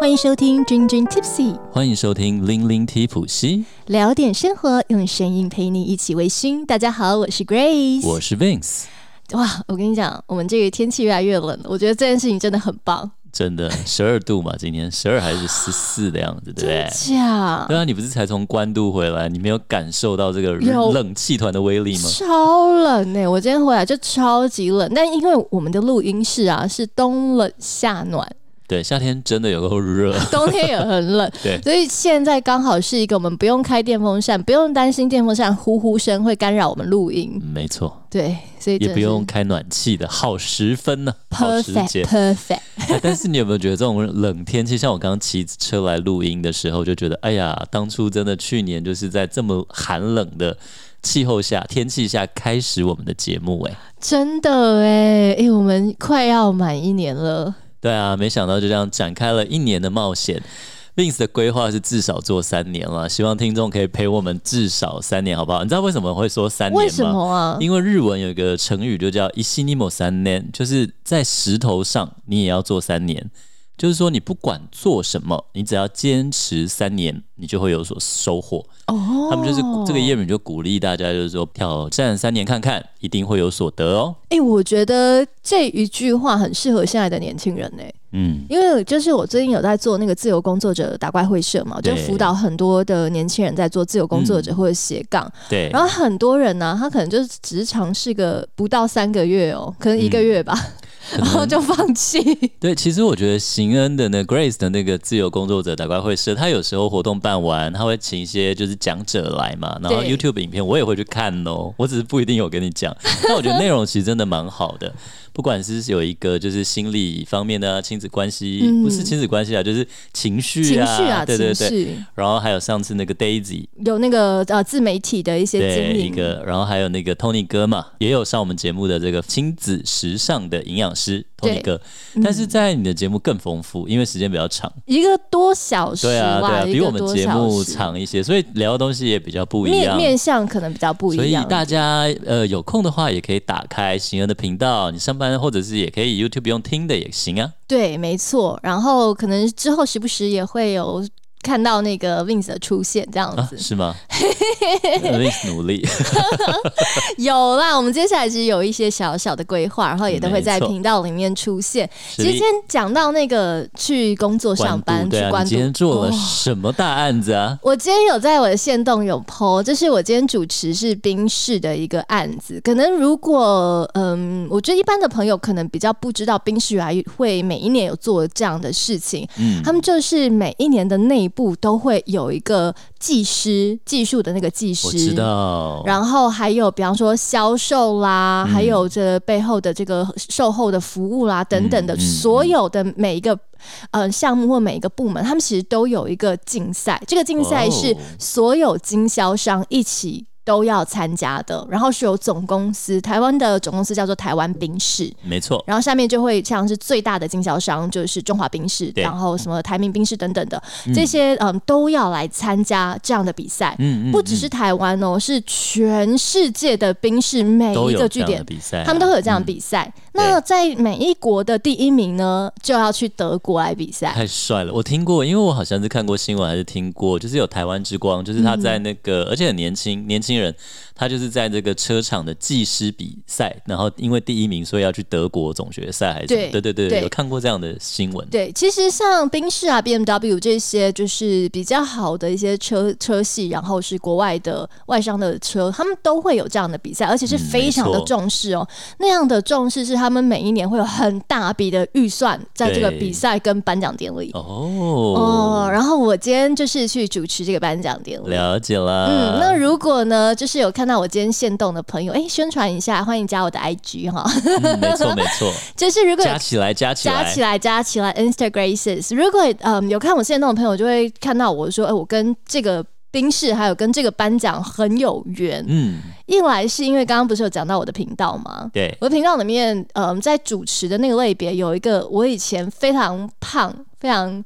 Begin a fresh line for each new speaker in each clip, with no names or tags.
欢迎收听君君 Tipsy，
欢迎收听《零零 T 普西
聊点生活，用声音陪你一起微醺。大家好，我是 Grace。》，
我是 Vince。
哇，我跟你讲，我们这个天气越来越冷了，我觉得这件事情真的很棒。
真的，十二度嘛，今天十二还是十四的样子，对不对？
假
对啊，你不是才从关渡回来，你没有感受到这个
有
冷气团的威力吗？
超冷呢、我今天回来就超级冷，但因为我们的录音室啊是冬冷夏 暖，
对，夏天真的有 够热，，
冬天也很冷
对
所以现在刚好是一个我们不用开电风扇，不用担心电风扇呼呼声会干扰我们录音，
嗯没错，
对，所以
也
真的
不
是
用开暖气的，好时分呢、好时
perfect
节。
perfect。
哎但是你有没有觉得这种冷天气，像我刚刚骑车来录音的时候，就觉得，哎呀，当初真的去年就是在这么寒冷的气候下、天气下开始我们的节目、哎。
真的哎，哎，我们快要满一年了，
对啊，没想到就这样展开了一年的冒险。Vince 的规划是至少做三年了，希望听众可以陪我们至少三年，好不好？你知道为什么会说三年吗？
为什么啊？
因为日文有一个成语就叫“一西尼某三年”，就是在石头上你也要做三年。就是说，你不管做什么，你只要坚持三年，你就会有所收获。
哦，
他们就是这个谚语就鼓励大家，就是说挑战三年看看，一定会有所得哦。
哎，我觉得这一句话很适合现在的年轻人哎，
嗯，
因为就是我最近有在做那个自由工作者打怪会社嘛，我就
对嗯
辅导很多的年轻人在做自由工作者或者斜杠，
对。
然后很多人呢、他可能就是只尝试个不到三个月哦，可能一个月吧，
嗯
然后就放弃。
对，其实我觉得邢恩的那 Grace 的那个自由工作者打怪会社，他有时候活动办完，他会请一些就是讲者来嘛，然后
对
YouTube 影片我也会去看哦，我只是不一定有跟你讲，但我觉得内容其实真的蛮好的，不管是有一个就是心理方面的啊、亲子关系，
嗯
不是亲子关系啊，就是情绪
情
啊，
绪啊，
对对
情
对，
绪
然后还有上次那个 Daisy。
有那个呃自媒体的一些
对，
经
一
营，啊
个，然后还有那个 Tony 哥嘛，也有上我们节目的这个亲子时尚的营养师
对
Tony
嗯
哥，但是在你的节目更丰富，因为时间比较长，
一个多小时
对啊，
啦，
对啊，
一
比我
个
们
多
节目
小时，
长一些，所以聊的东西也比较不一
面
样。
面向可能比较不
所
一
以
样。
大家呃有空的话，也可以打开行恩的频道，你上班或者是也可以 YouTube 用听的也行啊。
对，没错。然后可能之后时不时也会有看到那个 Vince 的出现，这样
啊，
子、
是吗 ？Vince 努力，
有啦。我们接下来其实有一些小小的规划，然后也都会在
没错
频道里面出现。其实
实
今天讲到那个去工作上班
对
去
啊，
关
你今
注。
天做了
哦
什么大案子啊？
我今天有在我的线动有 PO，就是我今天主持是冰室的一个案子。可能如果嗯，我觉得一般的朋友可能比较不知道冰室还会每一年有做这样的事情。
嗯
他们就是每一年的内部都会有一个技师，技术的那个技师，
我知道，
然后还有，比方说销售啦，
嗯
还有这背后的这个售后的服务啦，等等的，
嗯嗯
所有的每一个呃项目或每一个部门，他们其实都有一个竞赛。这个竞赛是
哦
所有经销商一起都要参加的，然后是由总公司，台湾的总公司叫做台湾冰室，
没错，
然后下面就会像是最大的经销商就是中华冰室，
对
然后什么台明冰室等等的，这些嗯都要来参加这样的比赛。
嗯嗯，
不只是台湾哦，是全世界的冰室每
都
哎一
有
个
这
据
样的
点，
比赛啊，
他们都会有这样的比赛。那在每一国的第一名呢，就要去德国来比赛。
太帅了！我听过，因为我好像是看过新闻还是听过，就是有台湾之光，就是他
嗯
在那个，而且很年轻，年轻人，他就是在这个车厂的技师比赛，然后因为第一名，所以要去德国总决赛还是什么？
对
对对对，
对
有看过这样的新闻。
对，其实像宾士啊、BMW 这些，就是比较好的一些车车系，然后是国外的外商的车，他们都会有这样的比赛，而且是
嗯
非常的
没错
重视哦。那样的重视是他们每一年会有很大笔的预算在这个
对
比赛跟颁奖典礼。哦，
哦，
然后我今天就是去主持这个颁奖典礼。
了解啦。
嗯，那如果呢，就是有看到我今天现动的朋友，哎，宣传一下，欢迎加我的 IG 哈。
嗯没错没错，
就是如果有
加起来加起
加
来，
起来加起来 Instagraces，如果嗯有看我现动的朋友，就会看到我说，哎、我跟这个。冰室还有跟这个颁奖很有缘，
嗯，
一来是因为刚刚不是有讲到我的频道吗？
对，
我的频道里面，嗯、在主持的那个类别有一个我以前非常胖、非常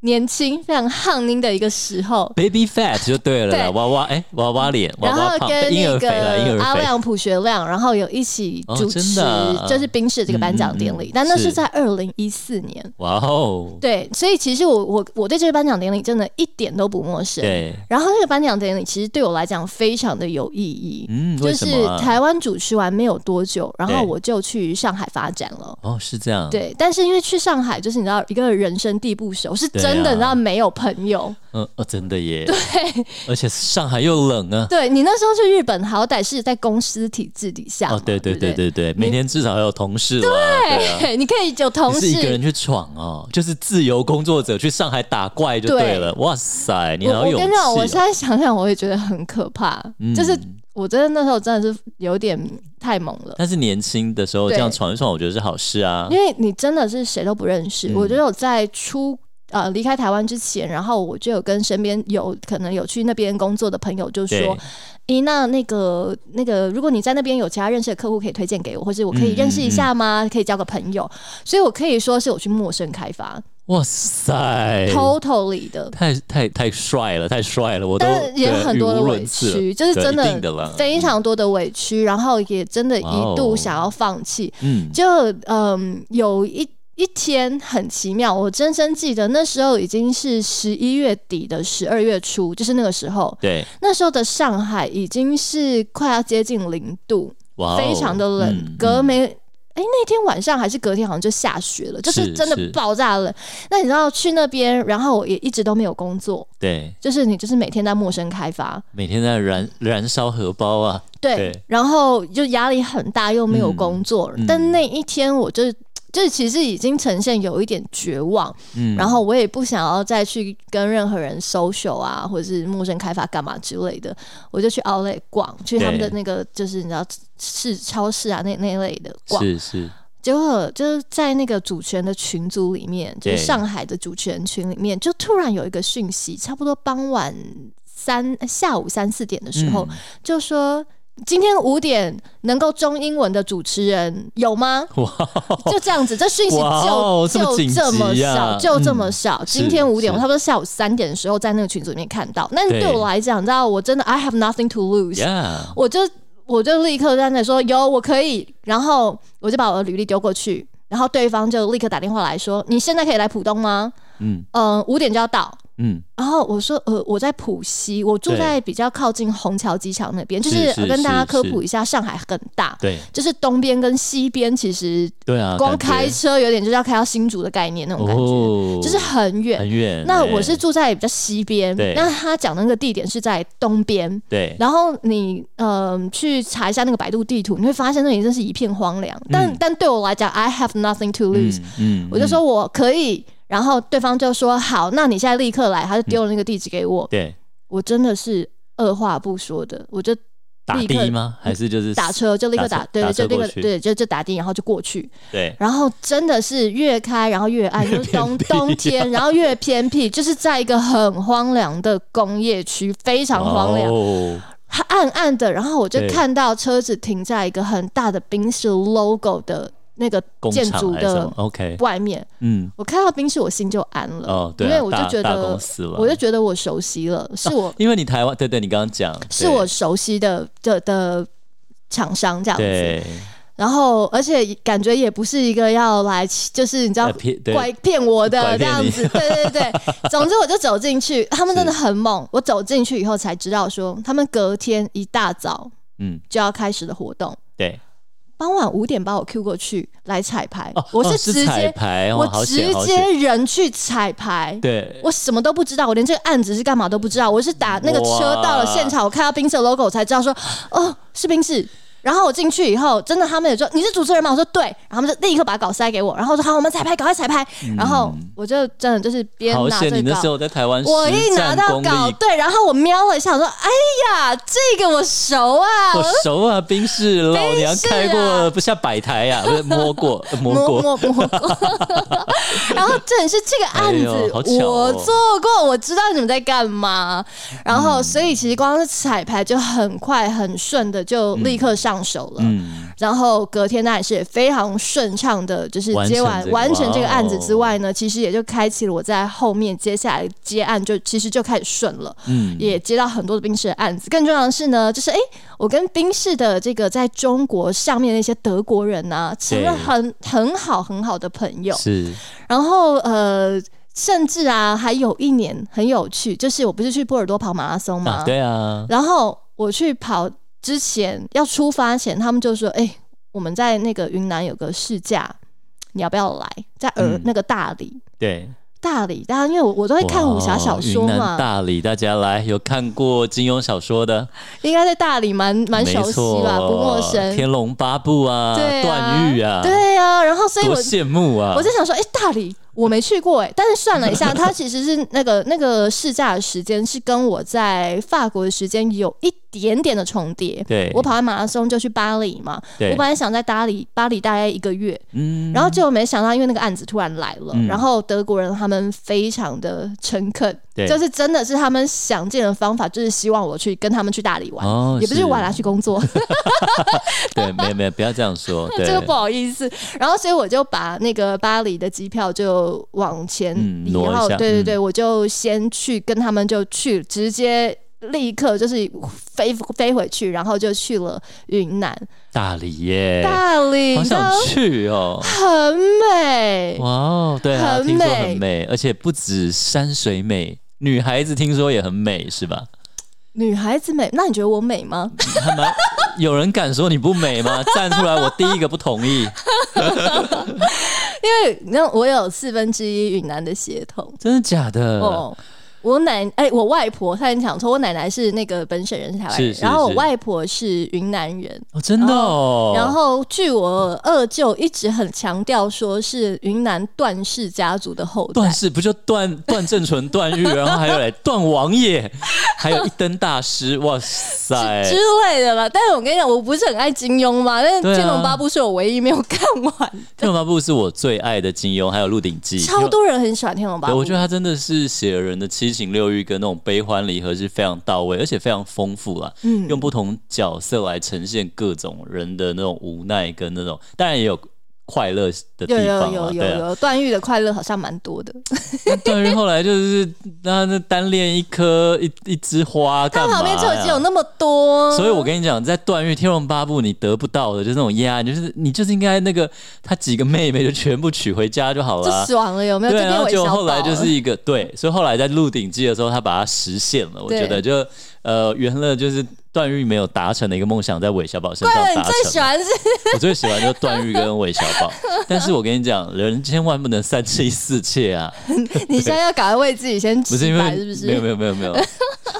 年轻、非常夯拎的一个时候。
Baby fat 就对了啦，
对
娃娃哎、娃娃脸，娃
然
娃
后
胖，
跟
婴
那
儿肥啦，婴
个阿
儿肥。
亮、朴学亮，然后有一起
哦
主
真
持，
的啊
就是冰室这个颁奖典礼，
嗯嗯嗯
但那
是
是在二零一四年。
哇哦，
对，所以其实我我我对这个颁奖典礼真的一点都不陌生。
对，
然后这个颁奖典礼其实对我来讲非常的有意义，
嗯，
就
为什
是
么、啊？
台湾主持完没有多久，然后
对
我就去上海发展了。
哦，是这样，，
对，但是因为去上海，就是你知道一个人生地不熟，是
对
真的，
啊
你知道没有朋友。
嗯，哦，真的耶，对，而且上海又冷啊，
对你那时候去日本，好歹是在公司体制底下嘛，
哦，对
啊对
对
不
对对对，每天至少要有同事啦，对 啊，
对，你可以有同
你是一个
事。
人去闯哦，就是自由工作者去上海打怪就对了，哇塞，你
我
好
我
有
跟
勇
你讲，我
气嗯
现
哦，
在想想，我也觉得很可怕。就是我真的那时候真的是有点太猛了。
但是年轻的时候这
对
样闯一闯，我觉得是好事啊嗯
因，为你真的是谁都不认识。我觉得我在出呃离开台湾之前，然后我就有跟身边有可能有去那边工作的朋友就
对
说，咦，那那个那个，如果你在那边有其他认识的客户可以推荐给我，或是我可以认识一下吗？可以交个朋友。所以我可以说是我去陌生开发、
哇塞，
t o t a l l y 的。
太太太帅了，太帅了，我都
但是也
对
很多
语
的
无
委
伦次了
屈，就是
对
真
一定的啦
的非常多的委屈，然后也真的一
哇哦
度想要放弃。
嗯，
就嗯，有一一天很奇妙，我深深记得那时候已经是十一月底的十二月初，就是那个时候，
对，
那时候的上海已经是快要接近零度，
哇哦，
非常的冷，
嗯
隔
嗯
没。哎，那天晚上还是隔天，好像就下雪了，就是是真
是
的爆炸冷。那你知道去那边，然后我也一直都没有工作，
对，
就是你就是每天在陌生开发，
每天在燃燃烧荷包啊，
对，
对
然后就压力很大，又没有工作。
嗯嗯
但那一天，我就就是其实已经呈现有一点绝望，
嗯，
然后我也不想要再去跟任何人 social 啊，或者是陌生开发干嘛之类的，我就去 Outlet 逛，去他们的那
对
个就是你知道市超市啊那那类的逛。
是是，
结果就是在那个主持人的群组里面，就
对
是上海的主持人群里面，就突然有一个讯息，差不多傍晚三呃下午三四点的时候，
嗯
就说今天五点能够中英文的主持人有吗？
哇，
就这样子，这讯息就、
哇哦这么
就
紧急啊
这么少，就这么少。今天五点，
是
我差不多下午三点的时候在那个群组里面看到。那
对
对我来讲，你知道我真的 I have nothing to lose，、
呀，
我就我就立刻在那说有我可以，然后我就把我的履历丢过去，然后对方就立刻打电话来说你现在可以来浦东吗？
嗯
嗯、五点就要到。
嗯，
然后我说，呃，我在浦西，我住
对
在比较靠近虹桥机场那边，就是
是是
跟大家
是
科
是
普一下，上海很大，
对
就是东边跟西边其实
对啊，
光
感觉
开车有点就是要开到新竹的概念那种感觉，
哦，
就是很远。
很远，
那
哎
我是住在比较西边
对，
那他讲的那个地点是在东边。
对
然后你嗯、去查一下那个百度地图，你会发现那里真是一片荒凉。但、但对我来讲，I have nothing to lose，、
嗯
我就说我可以。然后对方就说好，那你现在立刻来，他就丢了那个地址给我。
对，
我真的是二话不说的，我就
打
立刻
的吗？还是就是
打车就立刻
打
打，
车
对
打
对，
车
就立
过
刻
去
对就就打的，然后就过去。
对，
然后真的是越开，然后越暗，就是 冬冬天，然后越偏僻，就是在一个很荒凉的工业区，非常荒凉，
哦，
暗暗的。然后我就
对
看到车子停在一个很大的宾士 logo 的那个
工
建
厂
筑
还是什
的
么？OK，
外面，
嗯，
我看到宾士，我心就安了，
哦，对啊，
因为我就
大
觉
大
得
公，司了，
我就觉得我熟悉了，是我、
因为你台湾，对对，你刚刚讲
是我熟悉的的的厂商这样子。
对呃
然后，而且感觉也不是一个要来，就是你知道
呃骗对
拐骗我
拐
的这
骗
样
你
子，对对 对。总之我就走进去，他们真的很猛。我走进去以后才知道说，他们隔天一大早
嗯
就要开始的活动，
对
傍晚五点把我 Q 过去来彩排，
哦，
我
哦
直接、
彩排哦，好
我
险
直
好险
接人去彩排。
对
我什么都不知道，我连这个案子是干嘛都不知道。我是打那个车
哇
到了现场，我看到冰室的 logo 我才知道说，哦，是冰室。然后我进去以后，真的他们也说你是主持人吗？我说对，然后他们就立刻把稿塞给我，然后我说好，我们彩排，赶快彩排。然后我就真的就是边
嗯好
拿
险！
着
你那时
稿，
候在台湾，
我一拿到稿，对，然后我瞄了一下，我说哎呀，这个我熟啊，
我熟啊，冰室老娘
室啊
开过不下百台呀、啊， 不是摸 过呃摸
摸
过，
摸摸 过。然后这也是这个案子、
哎呦好巧
我
哦
做过，我知道你们在干嘛。然
嗯
后所以其实光是彩排就很快很顺的就立刻上手了。
嗯，
然后隔天他也是非常顺畅的，就是接完完
完成这
成
个
这个案子之外
哇哦
呢，其实也就开启了我在后面接下来接案就其实就开始顺了，
嗯，
也接到很多的宾士的案子。更重要的是呢，就是诶，我跟宾士的这个在中国上面的那些德国人啊呢、成了
对
很很好很好的朋友。
是
然后呃，甚至啊，还有一年很有趣，就是我不是去波尔多跑马拉松吗？
啊，对啊，
然后我去跑之前要出发前，他们就说：“哎、我们在那个云南有个试驾，你要不要来？在洱、
嗯
那个大理。”
对，
大理，当然，因为我我都会看武侠小说
哇云南
嘛，
大理，大家来有看过金庸小说的，
应该在大理蛮蛮
没
熟悉吧，
错
不陌生。
天龙八部啊，
对啊
段誉啊，
对啊，然后所以
多
我
羡慕啊！
我在想说，哎、大理我没去过哎、但是算了一下，它其实是那个 那个试驾的时间是跟我在法国的时间有一点点的重叠。
对
我跑完马拉松就去巴黎嘛，
对
我本来想在巴黎巴黎待一个月，
嗯，
然后结果没想到因为那个案子突然来了，
嗯
然后德国人他们非常的诚恳，
对
就是真的是他们想尽了方法，就是希望我去跟他们去大理玩，
哦
也不是
是
玩啊去工作。
哦对，没有没有，不要这 样 说，对，
这个不好意思。然后所以我就把那个巴黎的机票就往前
嗯
移，
挪一
然后
下
对对对，我就先去跟他们就去直接。立刻就是飞飞回去，然后就去了云南
大理耶，
大理，
好
你知道
想去哦。
很美，
哇哦，对啊，
很
听说
美
很美，而且不止山水美，女孩子听说也很美，是吧？
女孩子美。那你觉得我美吗？
他们有人敢说你不美吗？站出来，我第一个不同意。
因为那我有四分之一云南的血统
真的假的？
哦。我奶哎、我外婆，她很想说，我奶奶是那个本省人，是台湾人，
是是
然后我
是
外婆是云南人，
哦，真的哦。
然后，据我二舅一直很强调，说是云南段氏家族的后代
段。氏不就 段段正淳、段誉，然后还有嘞段王爷， 还有一灯大师，哇塞！
之类的吧，但是我跟你讲，我不是很爱金庸嘛，但是
对
《
啊
天龙八部》是我唯一没有看 完，
天龙八部是我最爱的金庸，还有《鹿鼎记》。
超多人很喜欢《天龙八
对，
部
我》觉，得他真的是写人的七情六欲跟那种悲欢离合是非常到位，而且非常丰富啦。嗯，用不同角色来呈现各种人的那种无奈跟那种，当然也有快乐的地
有有
方
有
啦。
有
对啊，
有，段誉的快乐好像蛮多的。
那 段誉后来就是那那单恋一颗一一枝花干
他
嘛呀？啊
旁边就已经有那么多，
所以我跟你讲，在段誉《天龙八部》你得不到的就是那种压，你就是你就是应该那个他几个妹妹就全部娶回家就好了
就
啊。
爽了，有没有？就
对，
变
然后
韦
结
小
果
宝啊
后来就
了
是一个对，所以后来在《鹿鼎记》的时候，他把它实现了。我
对
觉得就呃，原乐就是段誉没有达成的一个梦想，在韦小宝身上
对，啊
达
你最喜
成了。
欢是
我最喜欢就是段誉跟韦小宝，但是我跟你讲，人千万不能三妻四妾啊！
你现在要赶快为自己先
不是
洗
因
白，
为
是不
没有
是？
没有没有没有，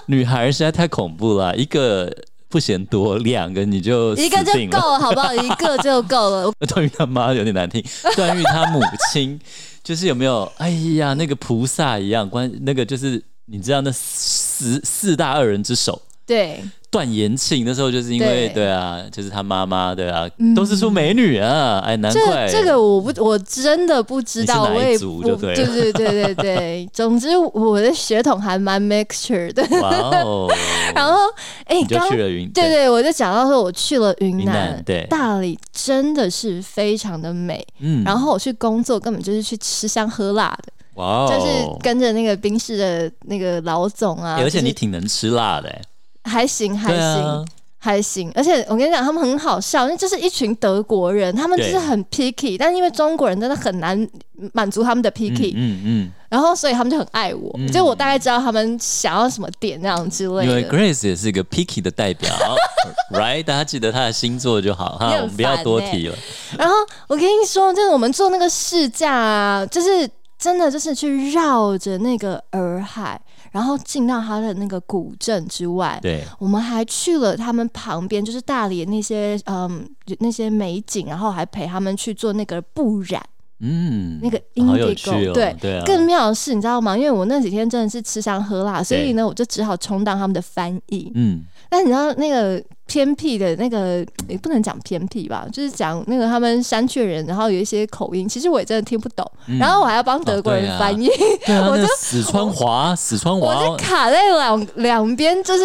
女孩实在太恐怖了，一个不嫌多，两个你就
一个
死
就
定了
够了，好不好？一个就够了。
段誉他妈有点难听，段誉他母亲就是有没有？哎呀，那个菩萨一样，关那个就是你知道那四四大恶人之首。
对，
段延庆那时候就是因为
对
对啊，就是他妈妈对啊，都是出美女啊，哎，难怪
这这个我不我真的不知道，
你是
我
哪一
也
族
不
就
对
对了
对对对对。总之我的血统还蛮 mixture 的。
哇哦，
然后哎，
你就
刚
去了云
对对，我就讲到说我去了云
云
南
南，对
大理真的是非常的美。
嗯，
然后我去工作根本就是去吃香喝辣的，
哇哦，
就是跟着那个冰室的那个老总啊，
哎而
就
且
是
你挺能吃辣的，哎
还行还
对
行。
啊，
还行，而且我跟你讲，他们很好笑，那就是一群德国人，他们就是
对
很 picky，但是因为中国人真的很难满足他们的 picky，、
嗯嗯
然后所以他们就很爱我，
嗯
就我大概知道他们想要什么点那样之
嗯，
类
因为
的。
Grace 也是一个 picky 的代表 ，right？大家记得她的星座就好
你
哈，
很
我们不要
烦
多
哎
提了。
然后我跟你说，就是我们做那个试驾啊，就是真的就是去绕着那个洱海，然后进到它的那个古镇之外，
对，
我们还去了他们旁边，就是大理的那些嗯那些美景，然后还陪他们去做那个布染。
嗯，
那个
好有趣
Indigo，、
哦，
对。
对啊，
更妙的是，你知道吗？因为我那几天真的是吃香喝辣，所以呢，我就只好充当他们的翻译。
嗯，
但你知道那个偏僻的那个，也不能讲偏僻吧，就是讲那个他们山区人，然后有一些口音，其实我也真的听不懂，然后我还要帮德国人翻译，
嗯哦对啊， 哦
我
那
就
死川华，死川
我
华
就，卡在两 两边，就是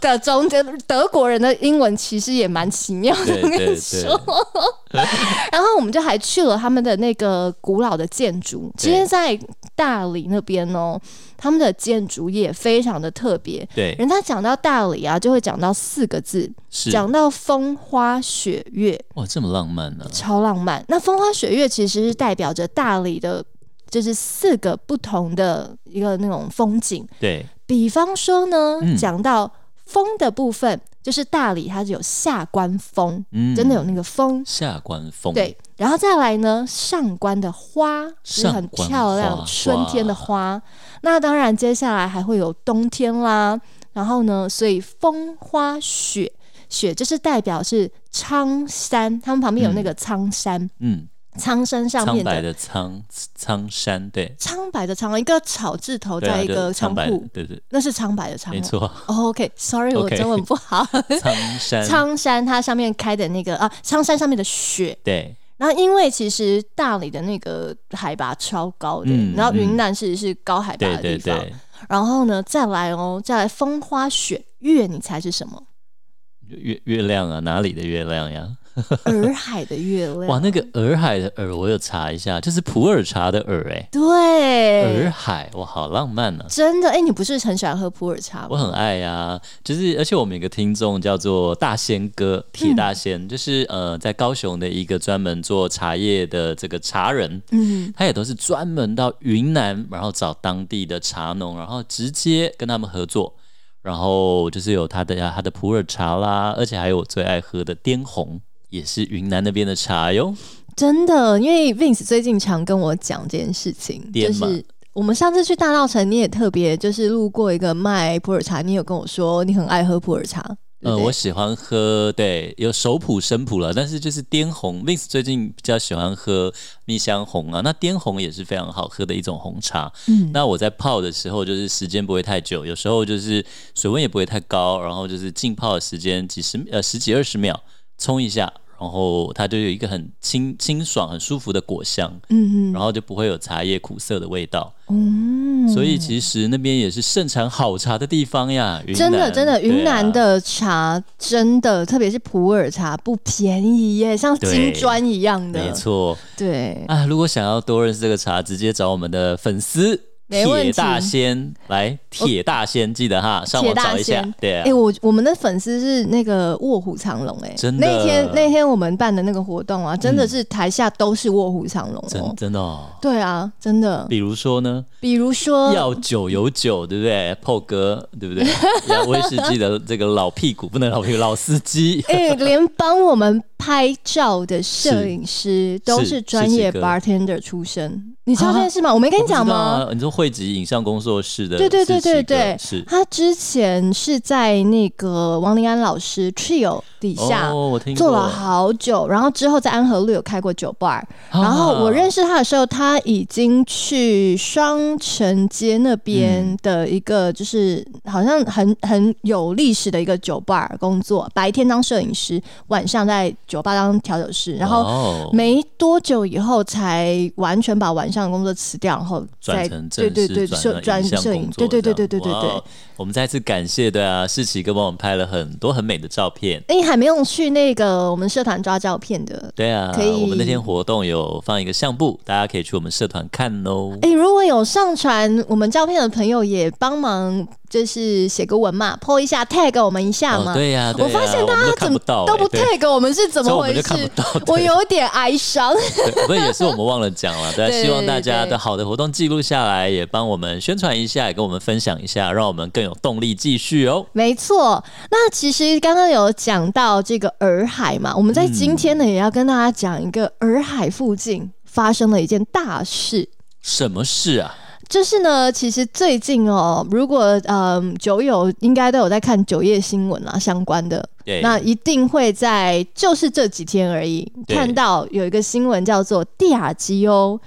的中间。德国人的英文其实也蛮奇妙的，
对
我跟
对
你
对
说。然后我们就还去了他们的那个古老的建筑，其实，
对
在大理那边哦，他们的建筑业非常的特别。
对
人家讲到大理啊，就会讲到四个字，
是，嗯
讲到风花雪月，
哇，这么浪漫啊呢、
超浪漫。那风花雪月其实是代表着大理的，就是四个不同的一个那种风景。
对，
比方说呢
嗯，
讲到风的部分，就是大理它是有下关风，
嗯，
真的有那个风。
下关风，
对，然后再来呢，上关的花是很漂
上关花
亮，春天的花。那当然，接下来还会有冬天啦。然后呢，所以风花雪雪就是代表是苍山，他们旁边有那个苍山，
嗯，
苍山上
苍
面
白
的
的苍苍山，对，
苍白的苍，一个草字头
对啊，
在一
就
个
苍
仓
白的
库，，
对对，
那是苍白的苍哦。
没 错，
哦 OK，Sorry，我
OK
中文不 好。
苍山，
苍山它上面开的那个啊，苍山上面的雪，
对，
然后因为其实大理的那个海拔超高的，
嗯
然后云南其实是高海拔
对
的地
对
方，
对，
然后呢再来哦，再来风花雪月，你猜是什 么？
月月亮啊，哪里的月亮呀？
洱海的月
哇，
亮，
那个洱海的洱，我有查一下，就是普洱茶的洱、欸，洱
对，
海，哇，好浪漫呢、
真的哎，你不是很喜欢喝普洱茶
我
吗？
很爱呀、就是而且我们有个听众叫做大仙哥，铁大仙，
嗯
就是呃，在高雄的一个专门做茶叶的这个茶人，
嗯，
他也都是专门到云南，然后找当地的茶农，然后直接跟他们合作，然后就是有他的他的普洱茶啦，而且还有我最爱喝的滇红，也是云南那边的茶哟。
真的，因为 Vince 最近常跟我讲这件事情，就
颠嘛
是。我们上次去大稻城，你也特别就是路过一个卖普洱茶，你有跟我说你很爱喝普洱茶，对
呃，
不对
我喜欢喝，对，有熟普、生普了，但是就是滇红，Vince 最近比较喜欢喝蜜香红啊，那滇红也是非常好喝的一种红茶。
嗯
那我在泡的时候，就是时间不会太久，有时候就是水温也不会太高，然后就是浸泡的时间几十呃十几二十秒，冲一下，然后它就有一个很清清爽、很舒服的果香，
嗯
然后就不会有茶叶苦涩的味道。
嗯，
所以其实那边也是盛产好茶的地方呀，云南
真的真的，云南。
对啊
的茶真的，特别是普洱茶不便宜耶，像金
对啊
砖一样的。
没，错
对，
啊！如果想要多认识这个茶，直接找我们的粉丝
没问题哦
铁大仙来，铁大仙记得哈，上
铁
网
大
找一下
仙。
对
哎、
啊，
我我们的粉丝是那个卧虎藏龙，哎，
真的嗯
那天那天我们办的那个活动啊，真的是台下都是卧虎藏龙哦
真。真的哦。
对啊，真的，
比如说呢，
比如说，
要酒有酒，对不对？破哥，对 不对？要威士忌的这个老屁股，不能老屁股，老司机。
哎、连帮我们拍照的摄影师都
是
是专业
是几个
bartender 出身，你知道
啊
这件事吗？我 没跟你讲
我不知道
吗？
啊？你说汇集影像工作室的
对
四
对
七
对
个，
对对
是。
他之前是在那个王林安老师 Trio 底下。
哦，我听
啊做
过
了好久，然后之后在安和路有开过酒吧，然后我认
识
识他的时候，他已经去双城街那边的一个，就是好像很很有历史的一个酒吧工作，白天当摄影师，晚上在酒吧当调酒师，然后
后
没多久以后才完全把晚上的工作辞掉，然后
转
再
成正
对
式
对对
转
摄
了
转
影像
摄
工
影，对
作
对对对
这
对
样
对对
哇哦。我们再次感谢对啊，世奇哥帮我们拍了很多很美的照片。
哎、还没有去那个我们社团抓照片的。
对啊
可，以
我们那天活动有放一个相簿，大家可以去我们社团看哦。
哎、如果有上传我们照片的朋友，也帮忙就是写个文嘛，po 一下，tag 我们一下
哦
嘛。，
对呀，对
我发
呀
现
我
大
们
家
都看
怎么
不到
都
欸
不
对
tag 我们是怎
所以
么
我们
回事
就看不？到。对
我有点哀伤。
对，不是也是我们忘了讲了，对啊，
对
希望大家
对对
的好的活动记录下来，也帮我们宣传一下，也跟我们分享一下，让我们更有动力继续哦。
没错，那其实刚刚有讲到这个洱海嘛，我们在今天呢也要跟大家讲一个洱海附近发生了一件大事。
什么事啊？
就是呢，其实最近哦，如果嗯酒友应该都有在看酒业新闻啊相关的，
对，
那一定会在就是这几天而已
对
看到有一个新闻叫做蒂亚吉欧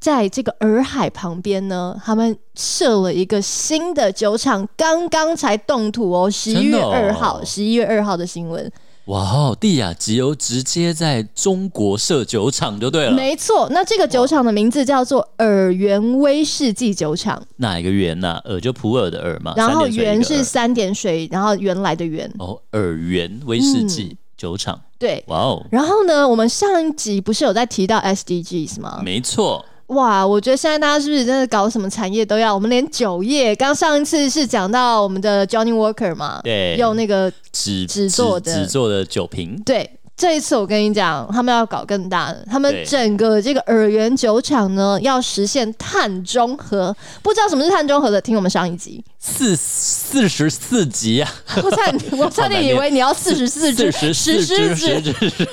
在这个洱海旁边呢，他们设了一个新的酒厂，刚刚才动土哦，十一
真
月
的哦
二号，十一、月二号的新闻。
哇哦，地亚集邮直接在中国设酒厂就对了，
没错，那这个酒厂的名字叫做尔园威士忌酒厂，
哪一个园呐、尔就普洱的尔嘛，
然后
三点水一个
园是
尔
三点水，然后原来的原，
哦，尔园威士忌
嗯
酒厂，
对。
哇哦，
然后呢，我们上一集不是有在提到 SDGs 吗？
没错，
哇，我觉得现在大家是不是真的搞什么产业都要？我们连酒业，刚上一次是讲到我们的 Johnny Walker 嘛，
对
用那个
纸
纸做的
纸做的酒瓶，
对。这一次我跟你讲，他们要搞更大的，他们
对
整个这个耳园酒厂呢，要实现碳中和。不知道什么是碳中和的，听我们上一 集。
四四十四集啊，
我差点，我差点以为你要四十四只
四十
石
四
狮子，
只十 只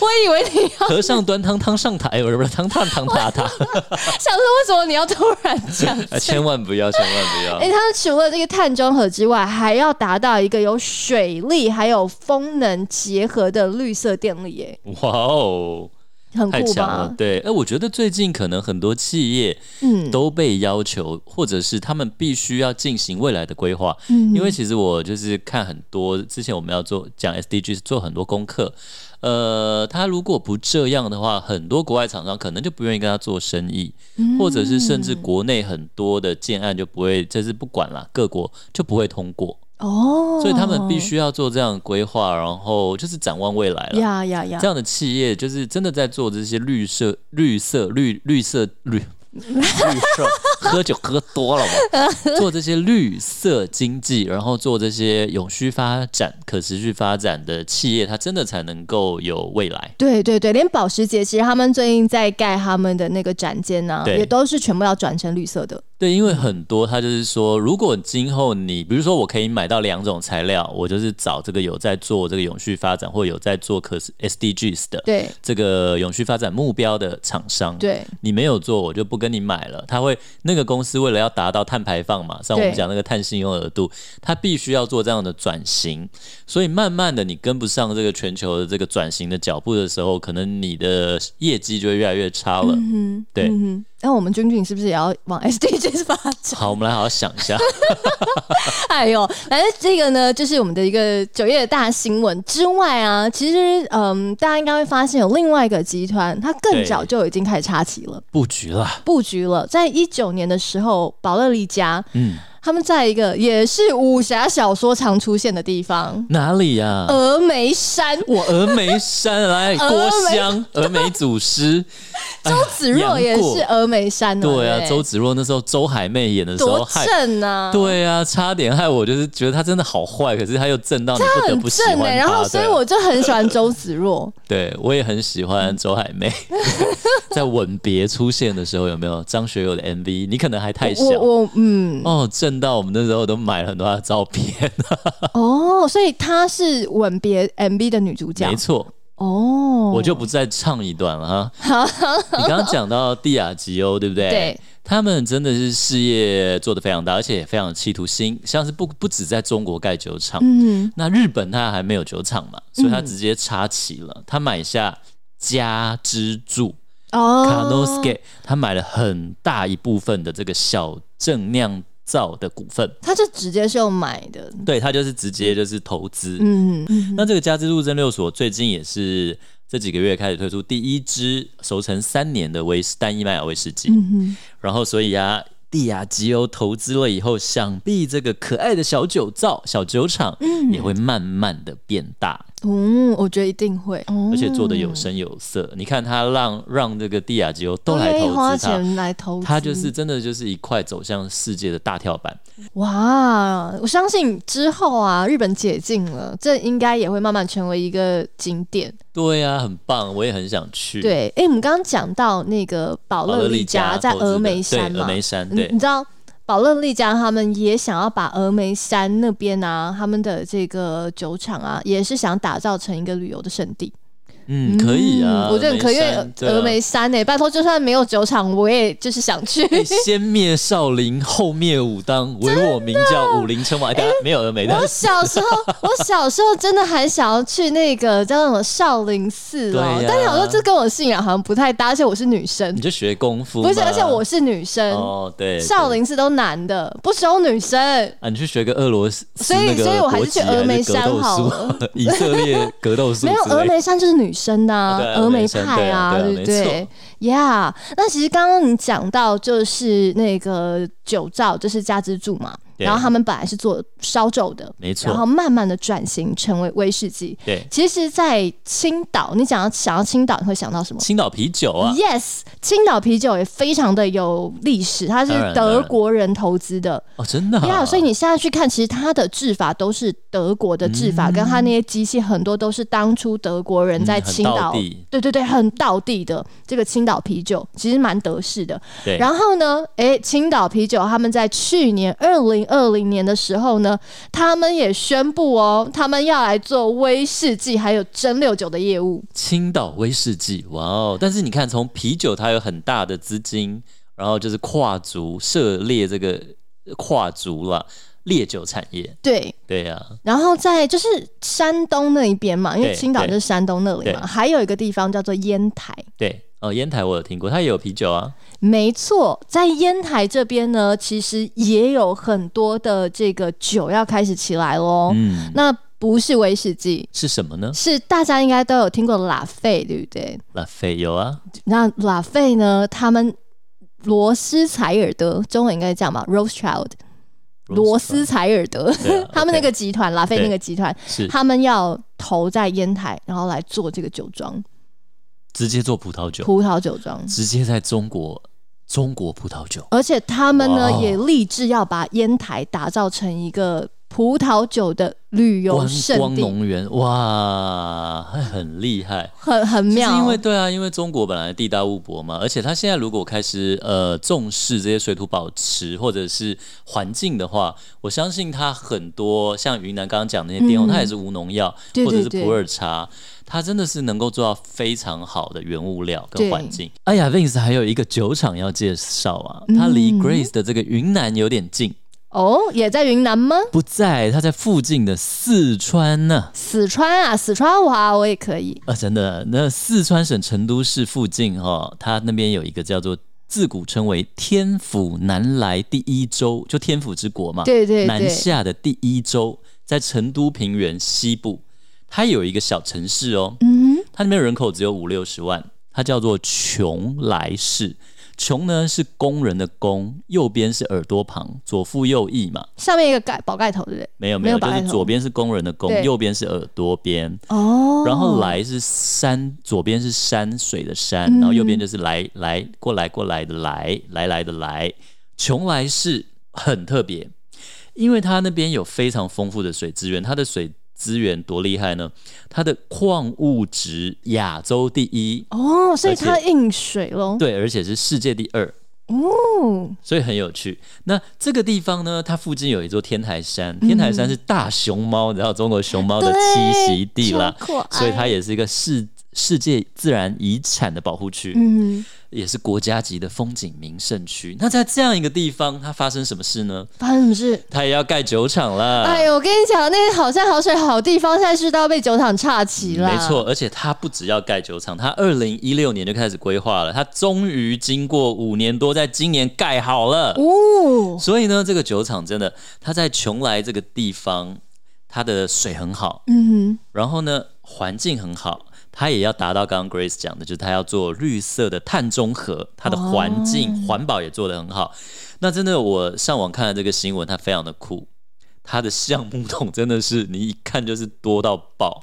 我以为你要
和尚端汤汤上台，不是不是汤汤汤塔塔，
想说为什么你要突然讲这
啊
个
千万不要，千万不要。
哎、它除了这个碳中和之外，还要达到一个有水力还有风能结合的绿色电力，哎，
哇哦，
很
太
酷
强了！
吧？
对，哎、我觉得最近可能很多企业
嗯
都被要求，或者是他们必须要进行未来的规划。
嗯
因为其实我就是看很多，之前我们要做讲 SDGs 做很多功课。呃，他如果不这样的话，很多国外厂商可能就不愿意跟他做生意，或者是甚至
嗯
国内很多的建案就不会，这是不管啦，各国就不会通过，
哦，
所以他们必须要做这样的规划，然后就是展望未来了。
呀呀呀
这！样的企业就是真的在做这些绿色、绿色、绿绿色、绿绿色，喝酒喝多了嘛，做这些绿色经济，然后做这些永续发展、可持续发展的企业，它真的才能够有未来。
对对对，连保时捷其实他们最近在盖他们的那个展间呢、
对
也都是全部要转成绿色的。
对，因为很多它就是说，如果今后你，比如说我可以买到两种材料，我就是找这个有在做这个永续发展或有在做可持 SDGs 的
对
这个永续发展目标的厂商，
对，
你没有做，我就不跟你买了。他会那个公司为了要达到碳排放嘛，像我们
对
讲那个碳信用额度，它必须要做这样的转型。所以慢慢的，你跟不上这个全球的这个转型的脚步的时候，可能你的业绩就会越来越差了。
嗯，
对
嗯哼，那我们君君是不是也要往 SDGs 发展？
好，我们来好好想一下。
哎呦，反正这个呢，就是我们的一个酒业的大新闻之外啊，其实嗯，大家应该会发现有另外一个集团，它更
对
早就已经开始插旗了，
布局啦，
布局了。在一九年的时候，宝乐利家
嗯，
他们在一个也是武侠小说常出现的地方
哪里呀、
——峨眉山。
我峨眉山来
峨眉
郭襄，峨眉祖师，
周子若也是峨眉山的、
哎对啊，
不
周芷若那时候周海媚演的时候，
多
害
正啊！
对啊，差点害我，就是觉得他真的好坏，可是他又正到你不得
很
啊不喜
正
欢
哎、
他。
然后所以
对啊
我就很喜欢周子若。
对我也很喜欢周海 媚， 在吻别出现的时候有没有张学友的 MV？你可能还太小
我我嗯，
哦，正到我们那时候都买了很多他的照 片，
哦，所以她是吻别 MV 的女主角
没。错，
哦，
我就不再唱一段了哈。 你刚刚讲到蒂亚吉欧，对不对？
对。
他们真的是事业做得非常大，而且也非常企图心，像是不不止在中国盖酒厂，
嗯，
那日本它还没有酒厂嘛，所以它直接插旗了，它买下家之助
哦，
Kanosuke，它买了很大一部分的这个小镇酿造的股份，
他就直接是用买的，
对，它就是直接就是投资。
嗯嗯
那这个家之助蒸馏所最近也是这几个月开始推出第一支熟成三年的威士单一麦芽威士忌，
嗯
然后所以啊，蒂亚吉欧投资了以后，想必这个可爱的小酒造、小酒厂
嗯
也会慢慢的变大。
哼，哦，我觉得一定会，哦
而
而
且做的
嗯
有声有色。你看他让让这个蒂亚吉欧都来投
哦花
资他，
钱来投资，
他就是真的就是一块走向世界的大跳板。
哇，我相信之后啊，日本解禁了，这应该也会慢慢成为一个景点。
对啊，很棒，我也很想去。，
对，哎，我们刚刚讲到那个宝
保
乐
嗯乐
利
利
家
家
在
投资的
峨眉山
对，
嘛
峨，眉山，
你
对
你，知道宝乐利家他们也想要把峨眉山那边啊，他们的这个酒厂啊，也是想打造成一个旅游的胜地。
嗯，可以啊，
嗯我觉得很可以，因为
对啊
峨眉山呢、拜托，就算没有酒厂，我也就是想去。
哎先灭少林，后灭武当，唯我明教，武林称王。哎，大家没有峨眉的
我，小时 候，我小时候真的还想要去那个叫什么少林寺哦、
对呀
但是我说这跟我信仰好像不太搭，而且我是女生
你，就学功夫嘛。
不是，而且我是女生，
哦，对，
少林寺都男的，不收女生。
啊，你去学个俄罗斯，
所以
那个
所以我还是去
国籍
峨眉山
格斗术
好了
以色列格斗术
没有
之类的
峨眉山就是女生的、啊
啊对啊
峨
峨
眉
眉山
派
对啊对啊
对不对？Yeah，那其实刚刚你讲到就是那个酒造，就是家之助嘛，
对
然后他们本来是做烧酒的，
没错
然后慢慢的转型成为威士忌。
对，
其实，在青岛，你讲到想要青岛，你会想到什么？
青岛啤酒啊，
Yes，青岛啤酒也非常的有历史，它是
当然
德国人投资的
哦，真的
呀。
啊，
所以你现在去看，其实它的制法都是德国的制法，跟它那些机器很多都是当初德国人在
嗯嗯很
青岛，
道地
对对对，很道地的这个青岛啤酒，其实蛮德式的。
对，
然后呢，诶，青岛啤酒他们在去年二零二零年的时候呢，他们也宣布哦，他们要来做威士忌还有蒸馏酒的业务。
青岛威士忌，哇哦！但是你看，从啤酒它有很大的资金，然后就是跨足涉猎这个呃跨足了烈酒产业，
对，
对啊呀、
然后在就是山东那一边嘛，因为
对
青岛就是山东那里
对
嘛，还有一个地方叫做烟台。
对哦，烟台我有听过，它也有啤酒啊，
没错，在烟台这边呢，其实也有很多的这个酒要开始起来喽。
嗯，
那不是威士忌，
是什么呢？
是大家应该都有听过拉菲，对不对？
拉菲有啊，
那拉菲呢，他们罗斯柴尔德，中文应该讲吧 r o s e c h i l d 罗斯柴尔德，
对啊
他们那个
OK
集团，拉菲那个集团，
是
他们要投在烟台，然后来做这个酒庄。
直接做葡萄酒，
葡萄酒庄，
直接在中国中国葡萄酒，
而且他们呢
哇哦
也立志要把烟台打造成一个葡萄酒的旅游
观
胜
光
地，
农园，哇，很厉害。
很很
就是
妙。
因为对啊，因为中国本来地大物博嘛，而且它现在如果开始呃重视这些水土保持或者是环境的话，我相信它很多像云南刚刚讲的那些滇红，
嗯
它也是无农药
对对
或者是
对
普洱茶，它真的是能够做到非常好的原物料
对
跟环境。哎呀，Vince 还有一个酒厂要介绍啊，它离
嗯
Grace 的这个云南有点近，
哦，也在云南吗？
不在，它在附近的四川呢、
四川啊，四川话我也可以。
啊，真的，那四川省成都市附近哈、哦，它那边有一个叫做自古称为天府南来第一州，就天府之国嘛，
对对
啊南
对，
下的第一州，在成都平原西部，它有一个小城市哦，
嗯
它那边人口只有五六十万，它叫做邛崃市。邛呢是工人的工，右边是耳朵旁，左腹右翼嘛，
哼，上面一个盖宝盖头，对不对？
没有
没
没
有
有，
白
就是
头
左边是工人的工，
对
右边是耳朵边。
哦，
然后来是山，左边是山水的山，然后右边就是来来过来过来的来来来的来，邛崃市很特别，因为它那边有非常丰富的水资源，它的水资源多厉害呢？它的矿物质亚洲第一，
哦，所以
而且
它硬水喽。
对，而且是世界第二。
哦，
所以很有趣。那这个地方呢，它附近有一座天台山，天台
嗯
山是大熊猫，你知道中国熊猫的栖息地啦，
对超可爱
所以它也是一个世世界自然遗产的保护区，
嗯，
也是国家级的风景名胜区。那在这样一个地方，它发生什么事呢？
发生什么事？
它也要盖酒厂啦。
哎呦，我跟你讲，那些好山好水好地方，现在是都要被酒厂岔齐了。
嗯没错，，而且它不只要盖酒厂，它二零一六年就开始规划了，它终于经过五年多，在今年盖好了。
哦，
所以呢，这个酒厂真的，它在邛崃这个地方，它的水很好，
嗯
然后呢，环境很好，它也要达到刚刚 Grace 讲的，就是它要做绿色的碳中和，它的环境、环保也做得很好。那真的，我上网看了这个新闻，它非常的酷。它的橡木桶真的是你一看就是多到爆，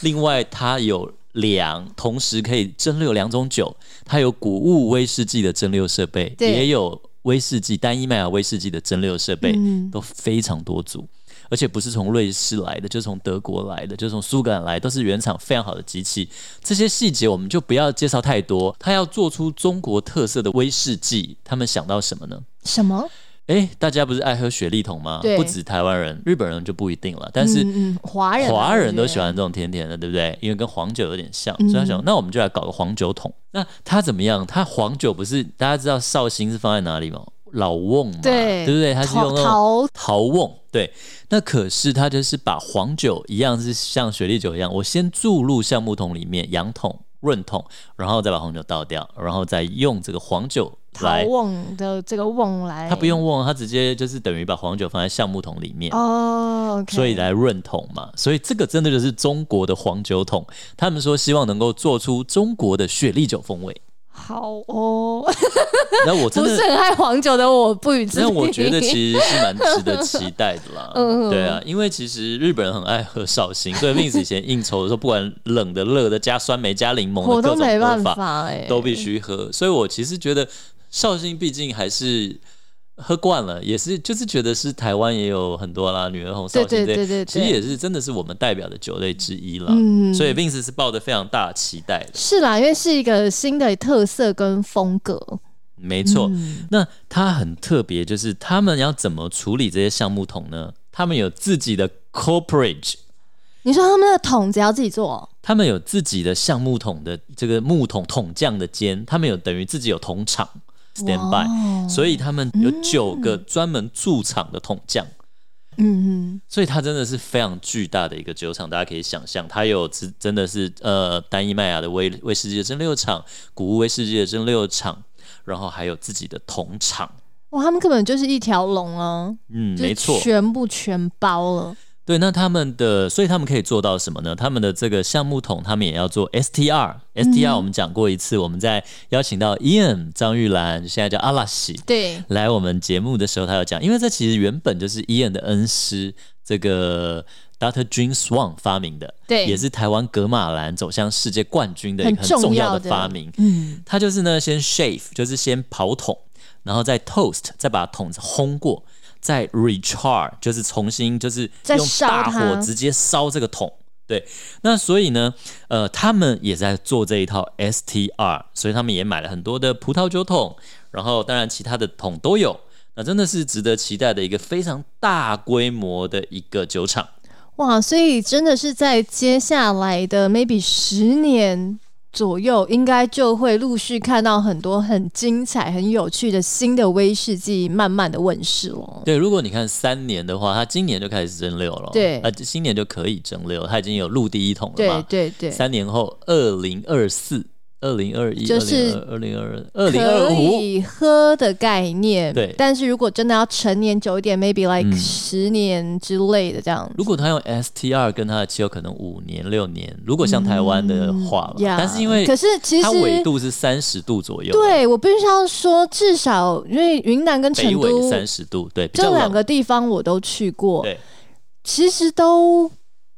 另外它有两，同时可以蒸馏两种酒，它有谷物威士忌的蒸馏设备，
对
也有威士忌单一麦芽威士忌的蒸馏设备，
嗯
都非常多组，而且不是从瑞士来的，就是从德国来的，就是从苏格兰来的，都是原厂非常好的机器。这些细节我们就不要介绍太多。他要做出中国特色的威士忌，他们想到什么呢？
哼，什么？
哎，大家不是爱喝雪莉桶吗？
对
不止台湾人，日本人就不一定了，但是。
嗯嗯华人啊
华人
对
都
不对
喜欢这种甜甜的，对不对？因为跟黄酒有点像，
嗯
所以他想，那我们就来搞个黄酒桶。那它怎么样？它黄酒不是大家知道绍兴是放在哪里吗？老瓮嘛，
对
不对？它是
陶
用那种
陶
陶瓮，对。那可是它就是把黄酒一样是像雪莉酒一样，我先注入橡木桶里面，氧桶、润桶，然后再把红酒倒掉，然后再用这个黄酒
陶
来。
瓮的这个瓮来，
它不用瓮，它直接就是等于把黄酒放在橡木桶里面。
哦，OK，
所以来润桶嘛，所以这个真的就是中国的黄酒桶。他们说希望能够做出中国的雪莉酒风味。
好哦，
那我 真
不
的
是，很爱黄酒的我不予置评。。
那我觉得其实是蛮值得期待的啦
嗯
对啊，因为其实日本人很爱喝绍兴，所以 Vince 以前应酬的时候，不管冷的、热的，加酸梅、加柠檬
我
的各
都
种
没办
喝
法
法，
哎、
都必须喝。所以我其实觉得绍兴毕竟还是。喝惯了，也是就是觉得是台湾也有很多啦，女儿红绍
对
兴
对
这
对对对
其实也是真的是我们代表的酒类之一啦。
嗯
所以 Vince 是抱着非常大的期待的，
是啦，因为是一个新的特色跟风格。
没错。
嗯
那它很特别，就是他们要怎么处理这些橡木桶呢？他们有自己的 corporate，
你说他们的桶子要自己做，
他们有自己的橡木桶的这个木桶桶匠的间，他们有等于自己有桶厂 stand by，
哦
所以他们有九个专门驻场的桶匠。
嗯嗯，
所以它真的是非常巨大的一个酒厂，大家可以想象，它有真真的是呃单一麦芽的威威士忌的蒸馏厂、谷物威士忌的蒸馏厂，然后还有自己的桶厂。
哇，他们根本就是一条龙啊，
嗯，
就是
没错，
全部全包了。
对。那他们的，所以他们可以做到什么呢？他们的这个橡木桶，他们也要做
嗯
STR。STR 我们讲过一次，我们在邀请到 Ian 张玉兰，现在叫阿拉西，
对，
来我们节目的时候，他有讲，因为这其实原本就是伊恩的恩师这个 Dr. Jim Swan 发明的，
对
也是台湾格马兰走向世界冠军的一个
很
很
重
重
要
要
的
的发明。
嗯，
它就是呢，先 shave，就是先刨桶，然后再 toast，再把桶子烘过，再 recharge，就是重新就是
再
用
烧
大
它
火直接烧这个桶。对，那所以呢，呃，他们也在做这一套 STR，所以他们也买了很多的葡萄酒桶，然后当然其他的桶都有。那真的是值得期待的一个非常大规模的一个酒厂。
哇，所以真的是在接下来的 maybe 十年左右，应该就会陆续看到很多很精彩、很有趣的新的威士忌慢慢的问世了。
对，如果你看三年的话，它今年就开始蒸馏了，
对
呃，今年就可以蒸馏，它已经有陆第一桶了嘛
对，对对，
三年后，二零二四、二零二一、
就
二
是
零二、二零二二、二零二
可
五，
以喝的概念。
对
但是如果真的要成年久一点，maybe like
嗯
十年之类的这样。
如果他用 STR 跟他的气候，可能五年六年。如果像台湾的话了，
嗯呀
但是因为
可是其实
它纬度是三十度左右，，
对我必须要说，至少因为云南跟成
北纬
都
三十度，对，比
这
较
两
冷。
个地方我都去过，
对，
其实都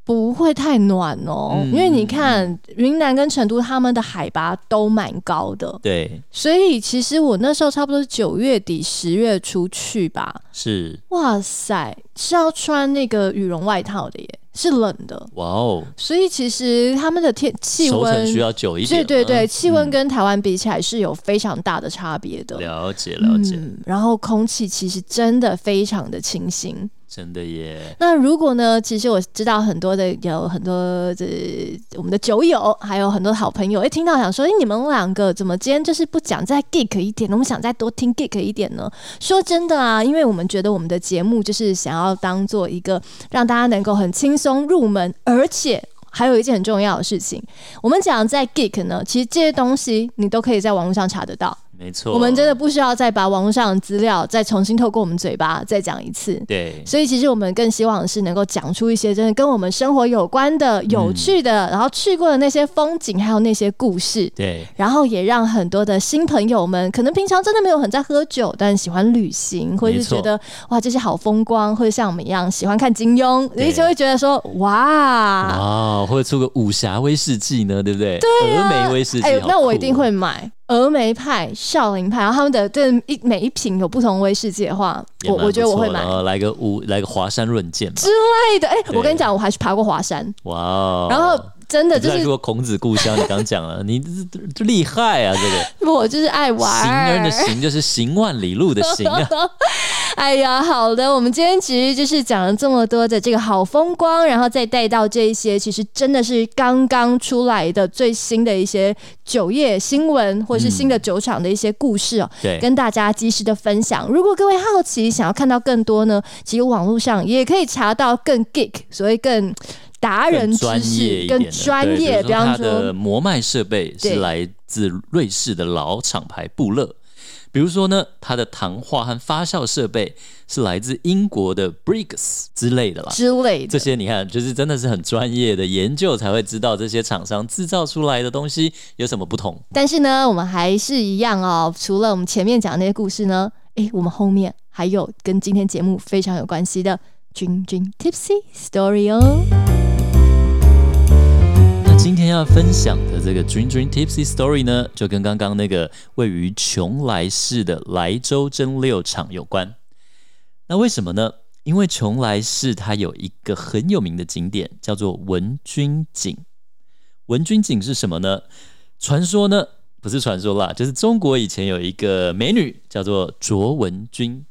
不会太暖哦，
嗯
因为你看云南跟成都他们的海拔都蛮高的，
对，
所以其实我那时候差不多是九月底十月初去吧，
是，
哇塞，是要穿那个羽绒外套的耶，是冷的，
哇哦，
所以其实他们的天气
熟
温
成。需要久一点嗯
对
了。
对对，气温跟台湾比起来是有非常大的差别的。
嗯了解了解，
嗯，然后空气其实真的非常的清新。
真的耶，
那如果呢？其实我知道很多的有很多这我们的酒友，还有很多好朋友，一听到想说，哎，你们两个怎么今天就是不讲再 geek 一点，我们想再多听 geek 一点呢？说真的啊，因为我们觉得我们的节目就是想要当做一个让大家能够很轻松入门，而且。还有一件很重要的事情，我们讲在 geek 呢，其实这些东西你都可以在网络上查得到。
没错，
我们真的不需要再把网络上的资料再重新透过我们嘴巴再讲一次。
对
所以其实我们更希望的是能够讲出一些真的跟我们生活有关的、有趣的，然后去过的那些风景，还有那些故事。
对，
然后也让很多的新朋友们，可能平常真的没有很在喝酒，但喜欢旅行，或者是觉得哇这些好风光，或者像我们一样喜欢看金庸，
对
你就会觉得说哇，
哇，或者出个武侠威士忌呢，对不对？对、峨眉威士忌，
哎、
好
那我
酷
一定
哦
会买峨眉派、少林派，然后他们的这一每一瓶有不同威士忌的话，
也
我
蛮
我觉得
不
我会
错的
买。
哦来个五，来个华山论剑吧。
对的，哎、
对
我跟你讲，我还去爬过华山，
哇哦！
然后真的
你
就
不是
是
来过孔子故乡，你刚讲了，你这这厉害啊！这 个
我就是爱玩
行人的
儿。
行就是行万里路的行啊，
哎呀，好的，我们今天其实就是讲了这么多的这个好风光，然后再带到这一些其实真的是刚刚出来的最新的一些酒业新闻，或是新的酒厂的一些故事哦，
对，
跟大家及时的分享。如果各位好奇想要看到更多呢，其实网络上也可以查到更 geek，所谓更达人
更
知
专业
识、
一点
更
的，
专
对
业，
比
比
如说
方
它
说
的磨麦设备
对
是来自瑞士的老厂牌布勒。比如说呢，它的糖化和发酵设备是来自英国的 Briggs 之类的啦。
之类
这
的。
些你看，就是真的是很专业的研究才会知道这些厂商制造出来的东西有什么不同。
但是呢，我们还是一样哦，除了我们前面讲的那些故事呢，诶，我们后面还有跟今天节目非常有关系的君君 Tipsy Story 哦。
那今天要分享的这个 Dream Dream Tipsy Story 呢，就跟刚刚那个位于邛崃市的莱州蒸馏厂有关。那为什么呢？因为邛崃市它有一个很有名的景点，叫做文君井。文君井是什么呢？传说呢，不是传说啦，就是中国以前有一个美女叫做卓文君。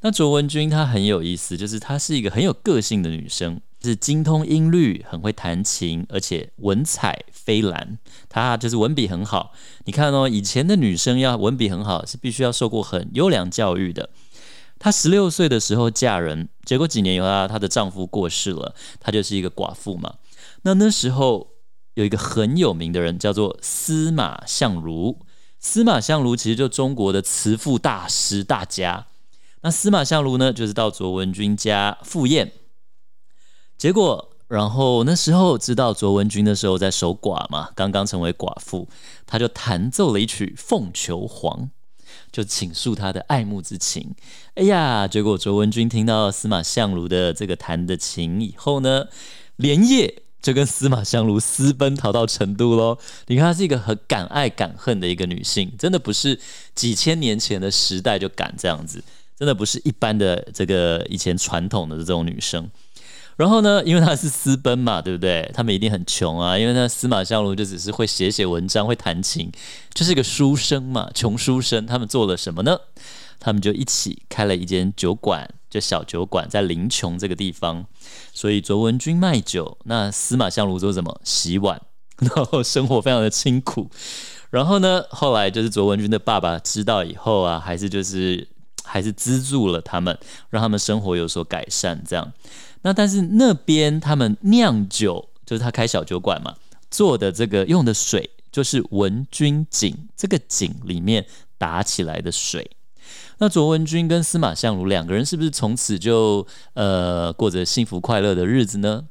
那卓文君她很有意思，就是她是一个很有个性的女生，是精通音律，很会弹琴，而且文采飞兰。她就是文笔很好。你看哦，以前的女生要文笔很好，是必须要受过很优良教育的。她十六岁的时候嫁人，结果几年以后啊，她的丈夫过世了，她就是一个寡妇嘛。那那时候有一个很有名的人叫做司马相如，司马相如其实就中国的词赋大师大家。那司马相如呢，就是到卓文君家赴宴，结果，然后那时候知道卓文君那时候在守寡嘛，刚刚成为寡妇，他就弹奏了一曲《凤求凰》，就倾诉他的爱慕之情。哎呀，结果卓文君听到司马相如的这个弹的琴以后呢，连夜。就跟司马相如私奔逃到成都喽。你看，她是一个很敢爱敢恨的一个女性，真的不是几千年前的时代就敢这样子，真的不是一般的这个以前传统的这种女生。然后呢，因为他是私奔嘛，对不对？他们一定很穷啊，因为那司马相如就只是会写写文章、会弹琴，就是一个书生嘛，穷书生。他们做了什么呢？他们就一起开了一间酒馆，就小酒馆，在临邛这个地方。所以卓文君卖酒，那司马相如做什么？洗碗， 然后生活非常的清苦。然后呢，后来就是卓文君的爸爸知道以后啊，还是就是还是资助了他们，让他们生活有所改善，这样。那但是那边他们酿酒，就是他开小酒馆嘛，做的这个用的水就是文君井这个井里面打起来的水。那卓文君跟司马相如两个人是不是从此就呃过着幸福快乐的日子呢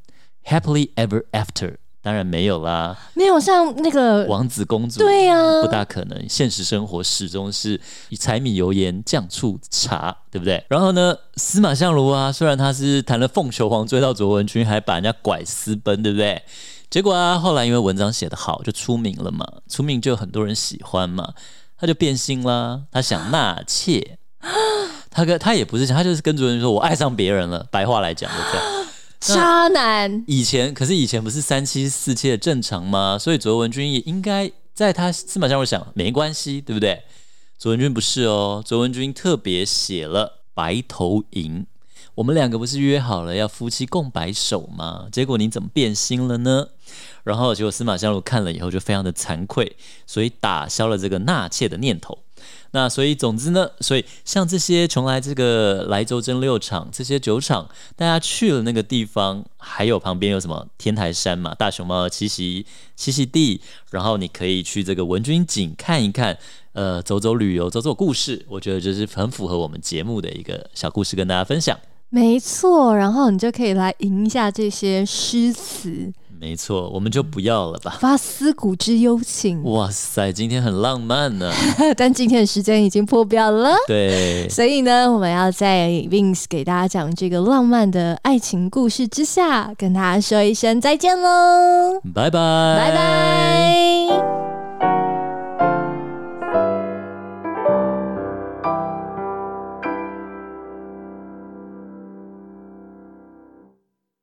？Happily ever after，当然没有啦，
没有像那个
王子公主
对啊呀、
不大可能。现实生活始终是以柴米油盐酱醋茶，对不对？然后呢，司马相如啊，虽然他是谈了凤求凰追到卓文君，还把人家拐私奔，对不对？结果啊，后来因为文章写得好，就出名了嘛，出名就有很多人喜欢嘛，他就变心啦，他想纳妾。 他跟他也不是想，他就是跟卓文君说：“我爱上别人了。”白话来讲就这样。
渣男，
以前可是以前不是三妻四妾正常吗？所以卓文君也应该在他司马相如想没关系，对不对？卓文君不是哦，卓文君特别写了《白头吟》，我们两个不是约好了要夫妻共白首吗？结果你怎么变心了呢？然后结果司马相如看了以后就非常的惭愧，所以打消了这个纳妾的念头。那所以总之呢，所以像这些邛崃这个莱州蒸馏厂这些酒厂，大家去了那个地方，还有旁边有什么天台山嘛，大熊猫的栖息栖息地，然后你可以去这个文君井看一看，呃，走走旅游，走走故事，我觉得这是很符合我们节目的一个小故事跟大家分享。
没错。然后你就可以来吟一下这些诗词，
没错，我们就不要了 吧。
发思古之幽情。
哇塞，今天很浪漫呢、
但今天的时间已经破表了。
对，
所以呢，我们要在 Vince 给大家讲这个浪漫的爱情故事之下，跟大家说一声再见喽，
拜拜，
拜拜。